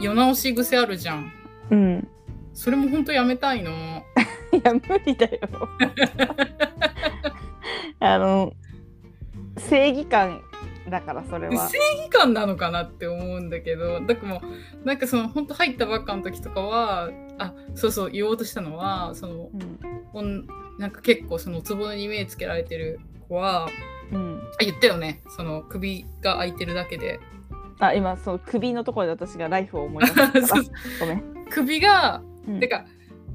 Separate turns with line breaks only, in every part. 世直し癖あるじゃん
うん。
それも本当やめたいの
いや、無理だよ。 あの、正義感だから、それ
正
は。
義感なのかなって思うんだけどだからもうなんかその本当入ったばっかの時とかはあそうそう言おうとしたのはその
うん。
おんなんか結構そのつぼに目つけられてる子は
うん。
あ言ったよねその首が空いてるだけで
あ、今、そう、首のところで私がライフを思い出したから
そう。
ごめん。
首が
うん
て、か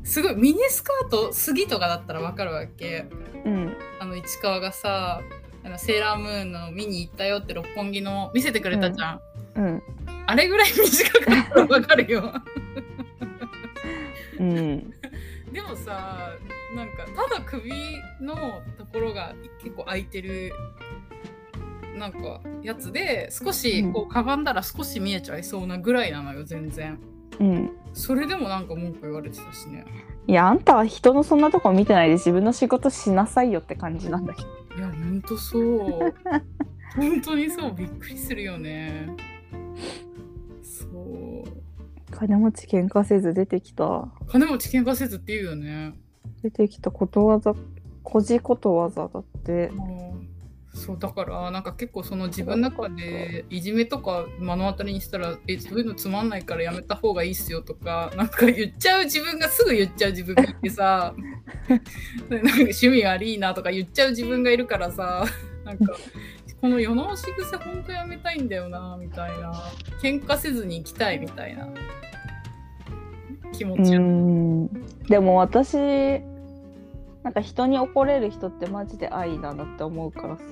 すごいミニスカート杉とかだったらわかるわけ
うん。
あの市川がさあのセーラームーンの見に行ったよって六本木の見せてくれたじゃん、
うん。
あれぐらい短かったらわかるよ
うん。
でもさなんかただ首のところが結構空いてるなんかやつで少しこうかがんだら少し見えちゃいそうなぐらいなのよ全然
うん。
それでもなんか文句言われてたしね
いや、あんたは人のそんなとこ見てないで自分の仕事しなさいよって感じなんだけど。
いや、ほんとそう。本当にそう、びっくりするよね。そう。
金持ち喧嘩せず出てきた。
金持ち喧嘩せずって言うよね。
出てきたことわざ、こじことわざだって。
そう、だから、なんか結構その自分の中でいじめとか目の当たりにしたら、え、そういうのつまんないからやめた方がいいっすよとか、なんか言っちゃう自分が、すぐ言っちゃう自分がいてさ、 なんか趣味悪いなとか言っちゃう自分がいるからさ、なんか、この世直し癖ほんとやめたいんだよな、みたいな。喧嘩せずに行きたいみたいな気持
う
ち。
ん。でも私、なんか人に怒れる人ってマジで愛なんだって思うからさ。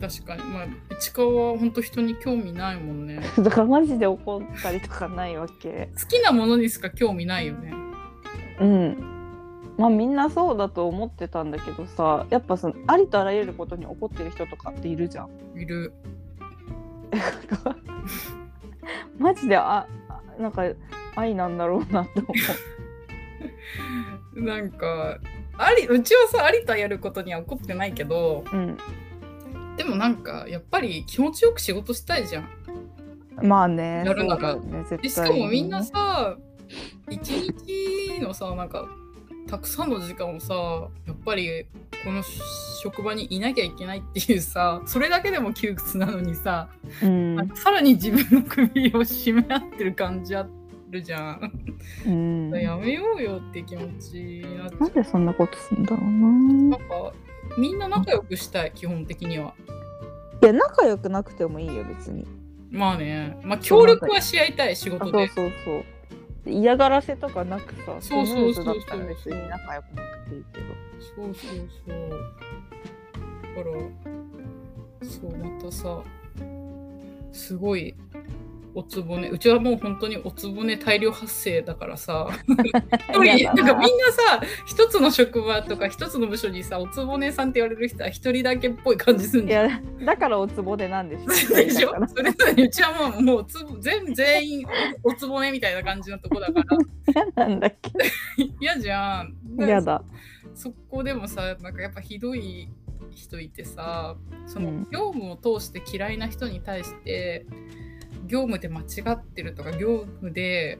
確かに。まあ、市川はほんと人に興味ないもんね。
だからマジで怒ったりとかないわけ。
好きなものにしか興味ないよね。
うん。まあみんなそうだと思ってたんだけどさ、やっぱそのありとあらゆることに怒ってる人とかっているじゃん。
いる。
なん かマジでああなんか愛なんだろうなって思
なんかありうちはさありとやることには怒ってないけど
う。うん。
でもなんかやっぱり気持ちよく仕事したいじゃん。
まあね。
やるなら
そうだよね、絶対
でしかもみんなさ一日のさなんかたくさんの時間をさやっぱりこの職場にいなきゃいけないっていうさそれだけでも窮屈なのにさ、
うん
なんかさらに自分の首を絞め合ってる感じあるじゃん。
うん。
やめようよって気持ちになっちゃ
な。
うん
でそんなことするんだろう
な
な。
んかみんな仲良くしたい基本的には。
いや仲良くなくてもいいよ別に。
まあね、まあ協力はし合いたい仕
あ
事
そう
で。
そうそう。嫌がらせとかなくさ、
そうそうそうそう
スムーズだったら別に仲良くなくていいけど。
そうそうそう。だから、そう、またさ、すごいおつぼね。うちはもう本当におつぼね大量発生だから さ。一
嫌
人
だ
なんかみん
な
なさ、一つの職場とか一つの部署にさ、おつぼねさんって言われる人は一人だけっぽい感じするん
い
じゃん。
やだからおつぼでなんでしょ。
でしょそれぞれうちはもうもうつぼ全全員おつぼねみたいな感じのとこだから
嫌なんだっけ。
嫌じゃん。
嫌だ。
そこでもさなんかやっぱひどい人いてさその
うん
業務を通して嫌いな人に対して業務で間違ってるとか業務で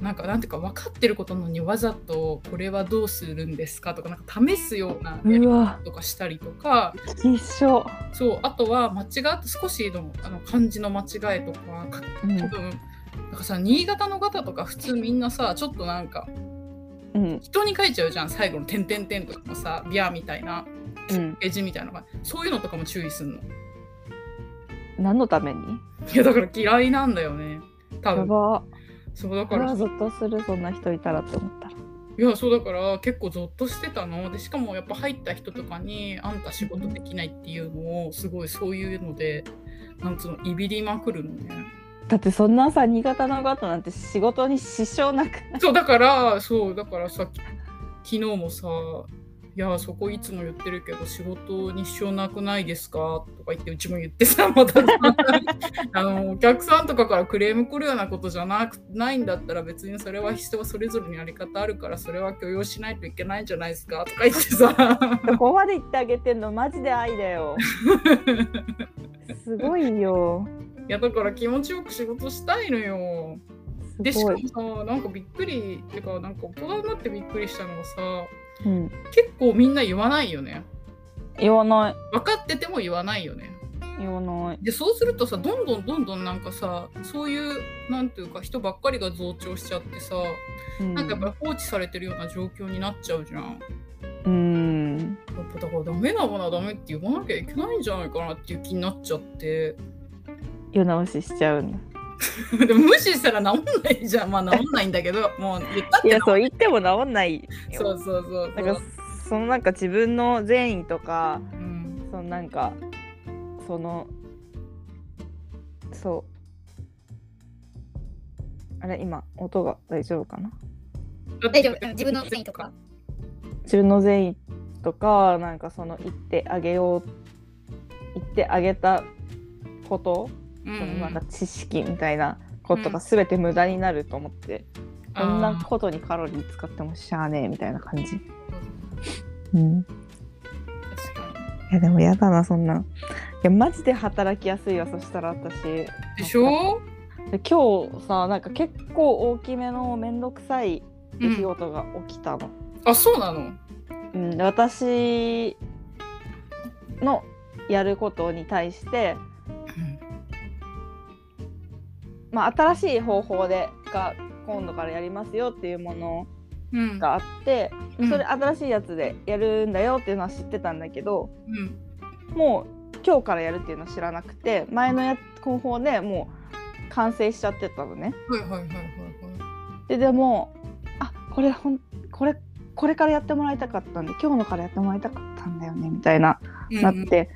なんかなんていうか分かってることなのにわざとこれはどうするんですかとかなんか試すようなやり
う
方
わ
とかしたりとか
一緒。
そうあとは間違って少しのあの漢字の間違いとか書き
うん
多分なんかさ新潟の方とか普通みんなさちょっとなんか
うん
人に書いちゃうじゃん最後の「点々点」とかもさビャーみたいな
うん。
ページみたいなのがそういうのとかも注意すんのい
何のために？
やだから嫌いなんだよね多
や
分
ば。
そうだか
これ
ら
はいゾッとするそんな人いたらって思ったら。
やそうだから結構ゾッとしてたのでしかもやっぱ入った人とかに「あんた仕事できない」っていうのをすごいそういうのでなんつうのいびりまくるのね
だってそんなさ新潟の方なんて仕事に支障なく ない。
そうだからそうだからさき昨日もさ「いやそこいつも言ってるけど仕事に支障なくないですか?」とか言ってうちも言ってさ またあのお客さんとかからクレーム来るようなことじゃなくないんだったら別にそれは人はそれぞれにやり方あるからそれは許容しないといけないんじゃないですかとか言って さ
そこまで言ってあげてんのマジで愛だよ。すごいよ。
いやだから気持ちよく仕事したいのよ。でし
す
か
ご
も
い。
さなんかびっくりてかなんか大人になってびっくりしたのがさ
うん、
結構みんな言わないよね
言わない
分かってても言わないよね
言わない。
でそうするとさどんどんどんどんなんかさそういうなんていうか人ばっかりが増長しちゃってさ
うん、
なんかやっぱり放置されてるような状況になっちゃうじゃん
うん
やっぱだからダメなものはダメって言わなきゃいけないんじゃないかなっていう気になっちゃって
世直ししちゃうんだ。
でも無視したら治んないじゃんまあ治んないんだけどもう言ったっ
い
て
やそう言っても治んないよ。
そうそうそうそ
なん
う
かそのなんか自分の善意とか
うん
そのなんかそのそうあれ今音が大丈夫かな
大丈夫うん自分の善意とか
自分の善意とかなんかその言ってあげよう言ってあげたこと、
うん
その
うん
なんか知識みたいなこと
う
が
ん
全て無駄になると思って、
あー
こんなことにカロリー使ってもしゃあねえみたいな感じ。うん
確かに
いやでもやだなそんなんいやマジで働きやすいわそしたら私
でしょ
で今日さなんか結構大きめのめんどくさい出来事が起きたの、
あそうなの
うんで私のやることに対して、まあ、新しい方法でが今度からやりますよっていうもの
うん
があって
うん
それ新しいやつでやるんだよっていうのは知ってたんだけど、
うん
もう今日からやるっていうの知らなくて前のや方法でもう完成しちゃってたのね。
はいはいはいはいは
ででもあこれほんこれこれからやってもらいたかったんで今日のからやってもらいたかったんだよねみたいない
うん
なって、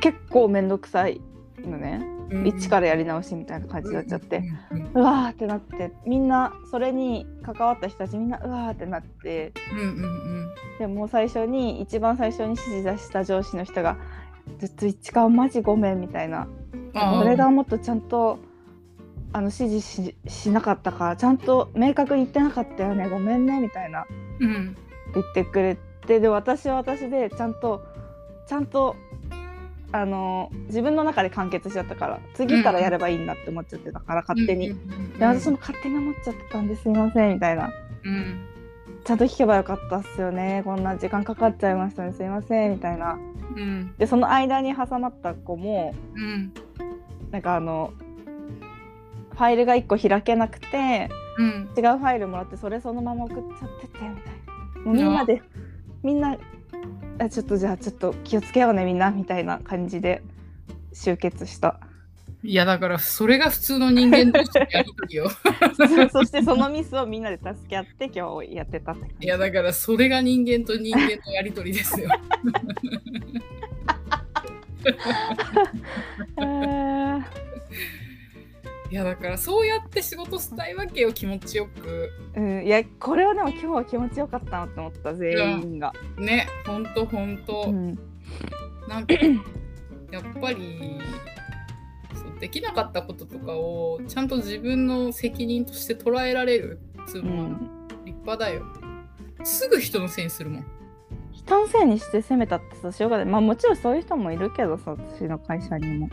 結構面倒くさいのね、
うん
一からやり直しみたいな感じになっちゃって、
うんうん
うわーってなってみんなそれに関わった人たちみんなうわーってなって
うんうん
でも最初に一番最初に指示出した上司の人がずっと一貫マジごめんみたいな
うんあー
俺がもっとちゃんとあの指示ししなかったからちゃんと明確に言ってなかったよねごめんねみたいな
うん
言ってくれてで私は私でちゃんとちゃんとあの自分の中で完結しちゃったから次からやればいいんだって思っちゃってたから勝手に、
うんうんうんうん
で私も勝手に思っちゃってたんですいませんみたいな
うん
ちゃんと聞けばよかったっすよねこんな時間かかっちゃいましたねすいませんみたいな
うん
でその間に挟まった子も
うん
なんかあのファイルが1個開けなくて
うん
違うファイルもらってそれそのまま送っちゃっててみたいなもうみんなでみんなあちょっとじゃあちょっと気をつけようねみんなみたいな感じで集結した
いやだからそれが普通の人間同士のやりとりよ
そそしてそのミスをみんなで助け合って今日やってたって感じ
いやだからそれが人間と人間のやりとりですよ
えー
いやだからそうやって仕事したいわけよ気持ちよく
うん、いやこれはでも今日は気持ちよかったなと思った全員が、
ねほんとほんと、
うん
なんかやっぱりそうできなかったこととかをちゃんと自分の責任として捉えられるっつう
う
のは立
ん、
派だよ、すぐ人のせいにするもん
人のせいにして責めたってさしょうがないまあもちろんそういう人もいるけどさ私の会社にも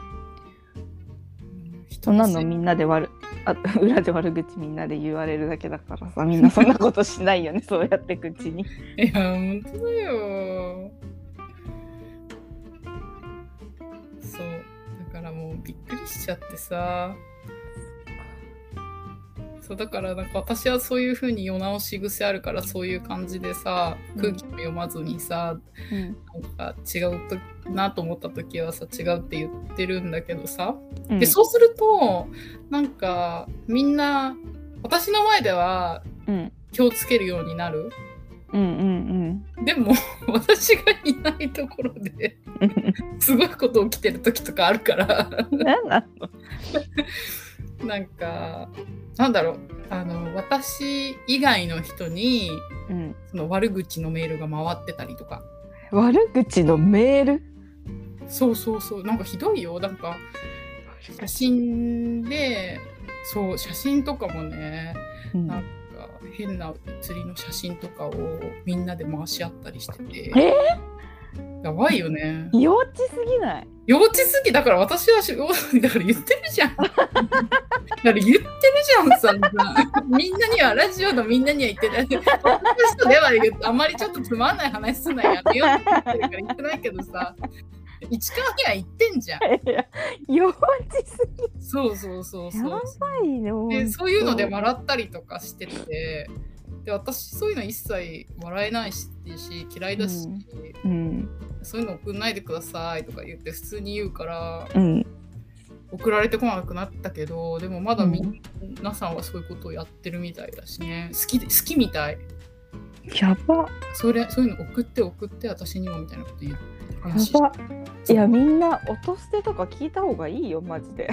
人
そんな
のせ
の
い
みんなで悪 あ裏で悪口みんなで言われるだけだからさみんなそんなことしないよね そうやって口に
いや本当だよそうだからもうびっくりしちゃってさそうだからなんか私はそういう風に世直し癖あるからそういう感じでさ
うん
空気も読まずにさ、
うん
なんか違うとなと思った時はさ違うって言ってるんだけどさ、
うん
でそうするとなんかみんな私の前では
うん
気をつけるようになる
うんうん
でも 私がいないところで
うん
すごいこと起きてる時とかあるから
なん な
なんかなんだろうあの私以外の人に
うん
その悪口のメールが回ってたりとか
悪口のメール
そうそうそうなんかひどいよなんか写真でそう写真とかもね
うん
なんか変な写りの写真とかをみんなで回し合ったりしてて
え
やばいよね。
幼稚すぎない
幼稚すぎだから私はしだから言ってるじゃん。だから言ってるじゃんさ。みんなにはラジオのみんなには言ってない。私とでは言うあまりちょっとつまんない話すんのやめようって言ってるから言ってないけどさ。市川には言ってんじゃん。
いや幼稚す
そうそうそうそう。
やばいね
でそういうので
も
笑ったりとかしててで私そういうの一切笑えないし嫌いだし、
うん
そういうの送んないでくださいとか言って普通に言うから
うん
送られてこなくなったけどでもまだみんなさんはそういうことをやってるみたいだしね好きで好きみたい
やば
それそういうの送って送って私にもみたいなこと言う
や
話
ばいやみんな音捨てとか聞いた方がいいよマジで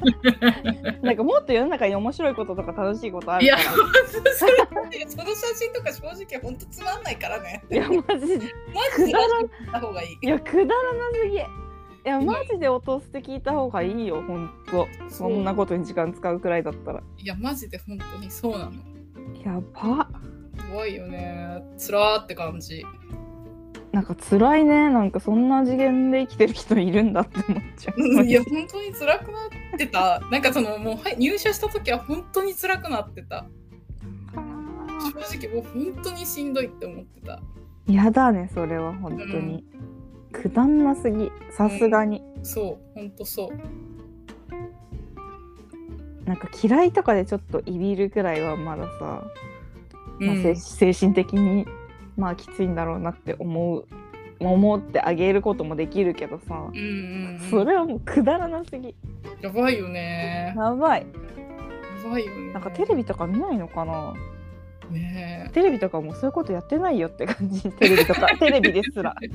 なんかもっと世の中に面白いこととか楽しいことあ
い
る
や
か
それその写真とか正直ほんとつまんないからね
らいやマジで
マジでラジオ聞いた方がいい
いやくだらなすぎいやマジで音捨て聞いた方がいいよほんとそんなことに時間使うくらいだったら
いやマジで本当にそうなの
やば
怖いよねつらーって感じ
なんか辛いねなんかそんな次元で生きてる人いるんだって思っちゃう
いや本当に辛くなってたなんかそのもうはい入社した時は本当に辛くなってた正直もう本当にしんどいって思ってた
やだねそれは本当に、くだんなすぎさすがに、
そう本当そう
なんか嫌いとかでちょっといびるくらいはまださ、
う
まあ
ん
精精神的にまあきついんだろうなって思う思ってあげることもできるけどさ
うんうんうん
それはもうくだらなすぎ
やばいよね
やばい
やばいよね
なんかテレビとか見ないのかな
ね
テレビとかもうそういうことやってないよって感じ テレビとかテレビですら
え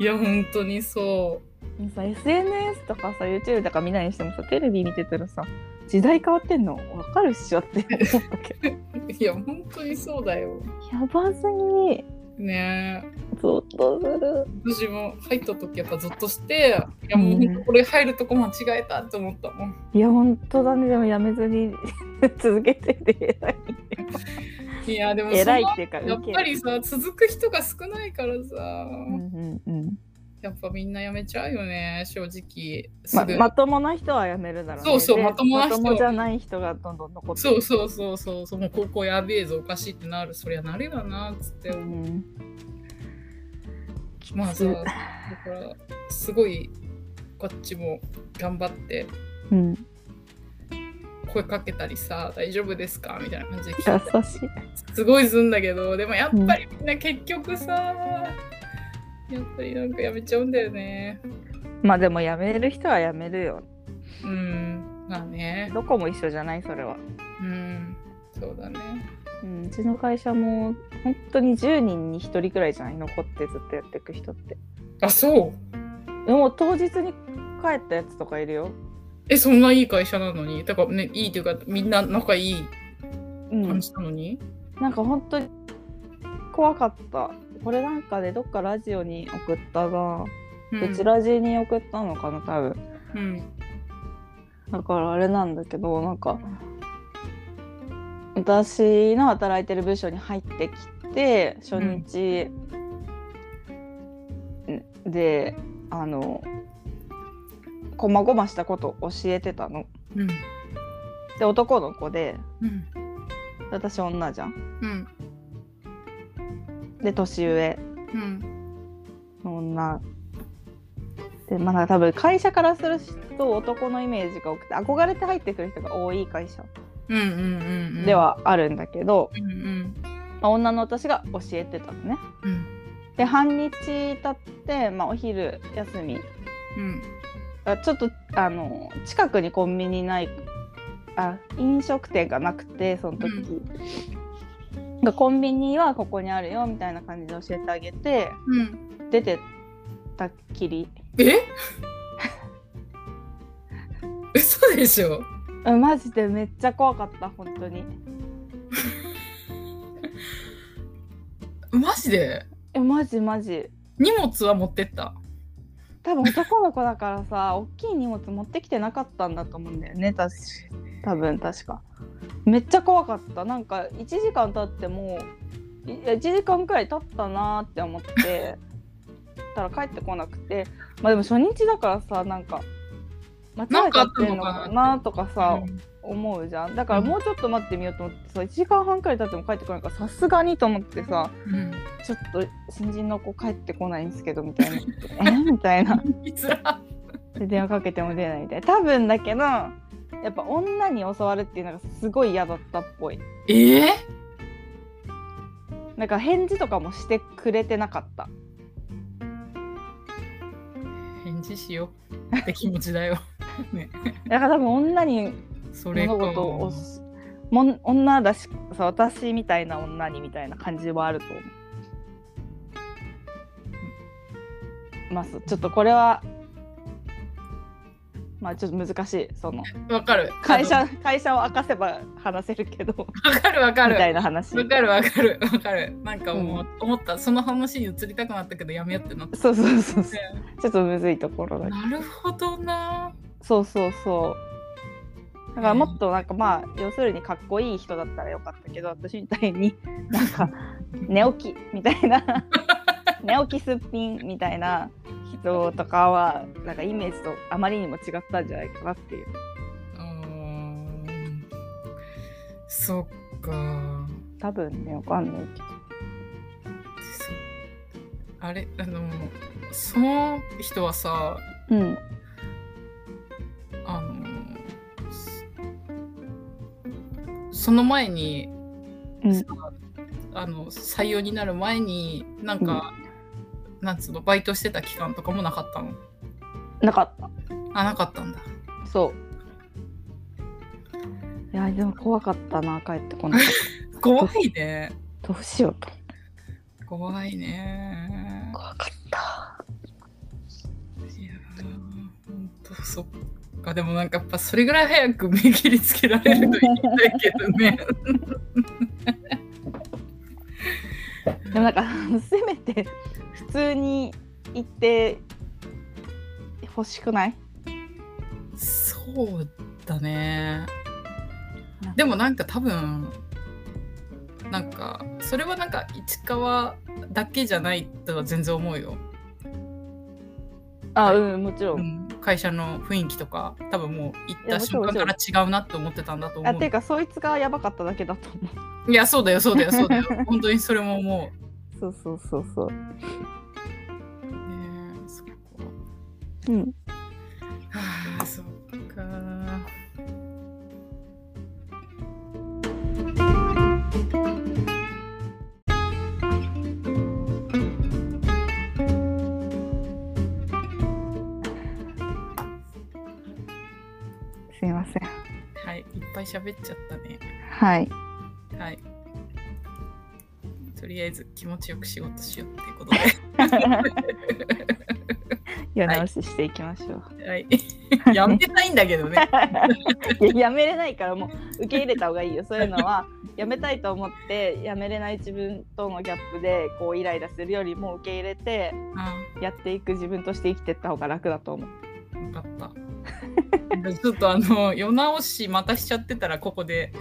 いや本当にそう
さ SNS とかさ YouTube とか見ないにしてもさテレビ見てたらさ時代変わってんのわかるっし ょって思ったけど
いや本当にそうだよ
やばすぎ
ねえ
ゾッとする
私も入った時やっぱゾッとしていやもうほんとこれ入るとこ間違えたって思ったもん
いや本当だねでもやめずに 続けてて
い
偉い
やでもその
偉いっていうか
やっ
受け
ぱりさ続く人が少ないからさ、
うんうんうん
やっぱみんな辞めちゃうよね正直す
ま
ぐ、
まともな人はやめるだろうね
そうそう
で
まともな人
まともじゃない人がどんどん残って
そうそうそうそうその高校やべえぞおかしいってなるそりゃなるよなっつって
うん
まあさ
そ
だ
う
からすごいこっちも頑張って
うん
声かけたりさ大丈夫ですかみたいな感じで聞い
優
て
しい
すごいすんだけどでもやっぱりみんな結局さ、やっぱりなんかやめちゃうんだよね
まあでもやめる人はやめるよ
うんまあね
どこも一緒じゃないそれは、
うんそうだね
うん、うちの会社も本当に10人に1人くらいじゃない残ってずっとやっていく人って
あそう
でも当日に帰ったやつとかいるよ
えそんないい会社なのにだからねいいというかみんな仲いい
うん
感じなのに、
なんか本当に怖かったこれなんかねどっかラジオに送ったが
う
うち、ラジに送ったのかな多分
うん、
だからあれなんだけどなんか私の働いてる部署に入ってきて初日、んであのこまごましたこと教えてたの。
うん
で男の子で
うん
私女じゃん。
うん
で年上
うん
の女。でまあ多分会社からすると男のイメージが多くて憧れて入ってくる人が多い会社
うんうんうん
ではあるんだけど、
うんうん
まあ、女の私が教えてたのね。
うん
で半日経って、まあ、お昼休み
うん
あちょっとあの近くにコンビニないあ飲食店がなくてその時、がコンビニはここにあるよみたいな感じで教えてあげて
うん
出てったっきり
え 嘘でしょ
うんマジでめっちゃ怖かった本当に
マジで
えマジマジ
荷物は持ってった
多分男の子だからさ大きい荷物持ってきてなかったんだと思うんだよね確か多分確かめっちゃ怖かったなんか1時間経っても1時間くらい経ったなーって思ってたら帰ってこなくてまあでも初日だからさなんか間違えちゃってんのかなとかさ思うじゃんだからもうちょっと待ってみようと思ってさ1時間半くらい経っても帰ってこないからさすがにと思ってさ
うん
ちょっと新人の子帰ってこないんですけどみたいなえみたいな
うんいつら
で電話かけても出ないで多分だけどやっぱ女に襲われっていうのがすごい嫌だったっぽい
ええ
なんか返事とかもしてくれてなかった
返事しようって気持ちだよね
だから多分女に
それか
物事を押すもん女だしさ私みたいな女にみたいな感じはあると思いますちょっとこれはまあちょっと難しいその
わかる
会社会社を明かせば話せるけど
わかるわか
み
る
たいな話
わかるわかるわかるなんかもう、思ったその話に移りたくなったけどやめようってなっ
そうそうそうそう
ね
ちょっとむずいところだ
た
けど
なるほどな
そうそうそうだからもっとなんかまあ要するにかっこいい人だったらよかったけど私みたいになんか寝起きみたい な寝起きすっぴんみたいな人とかはなんかイメージとあまりにも違ったんじゃないかなっていう
うーんそっか
多分ねわかんないけど
そあれあのその人はさ
うん
あのそその前に
うん
あの採用になる前になんか、なんつうのバイトしてた期間とかもなかったの
なかった
あなかったんだ
そういやでも怖かったな帰ってこなかっ
怖いね
たどうしようと
怖いね
怖か った
いやーほんとそっかでもなんかやっぱそれぐらい早く見切りつけられるといいんだけどね
でもなんか せめて普通に行って欲しくない
そうだねでもなんか多分なんかそれはなんか市川だけじゃないとは全然思うよ、
あうんもちろ。
うんん、会社の雰囲気とか多分もう行っ
いや
た
もち
瞬
ろん
間から違うなって思ってたんだと思
あ
う
ていうかそいつがやばかっただけだと思う。
いやそうだよそうだよそうだよ 本当にそれも思
そうそうそうそう。
うねえそっか
うん。
はあそっか
すいません。
はいいっぱい喋っちゃったね
はい。
はいとりあえず気持ちよく仕事しようっていうことで
世直ししていきましょう。
はい、 やめたいんだけどね。
いややめれないからもう受け入れた方がいいよそういうのはやめたいと思ってやめれない自分とのギャップでこうイライラするよりも受け入れて
あ
やっていく自分として生きてった方が楽だと思う
あ、よかった。ちょっとあの世直しまたしちゃってたらここで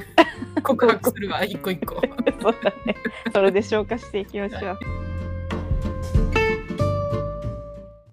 告白するわ一個一個。
そうだねそれで消化していきましょう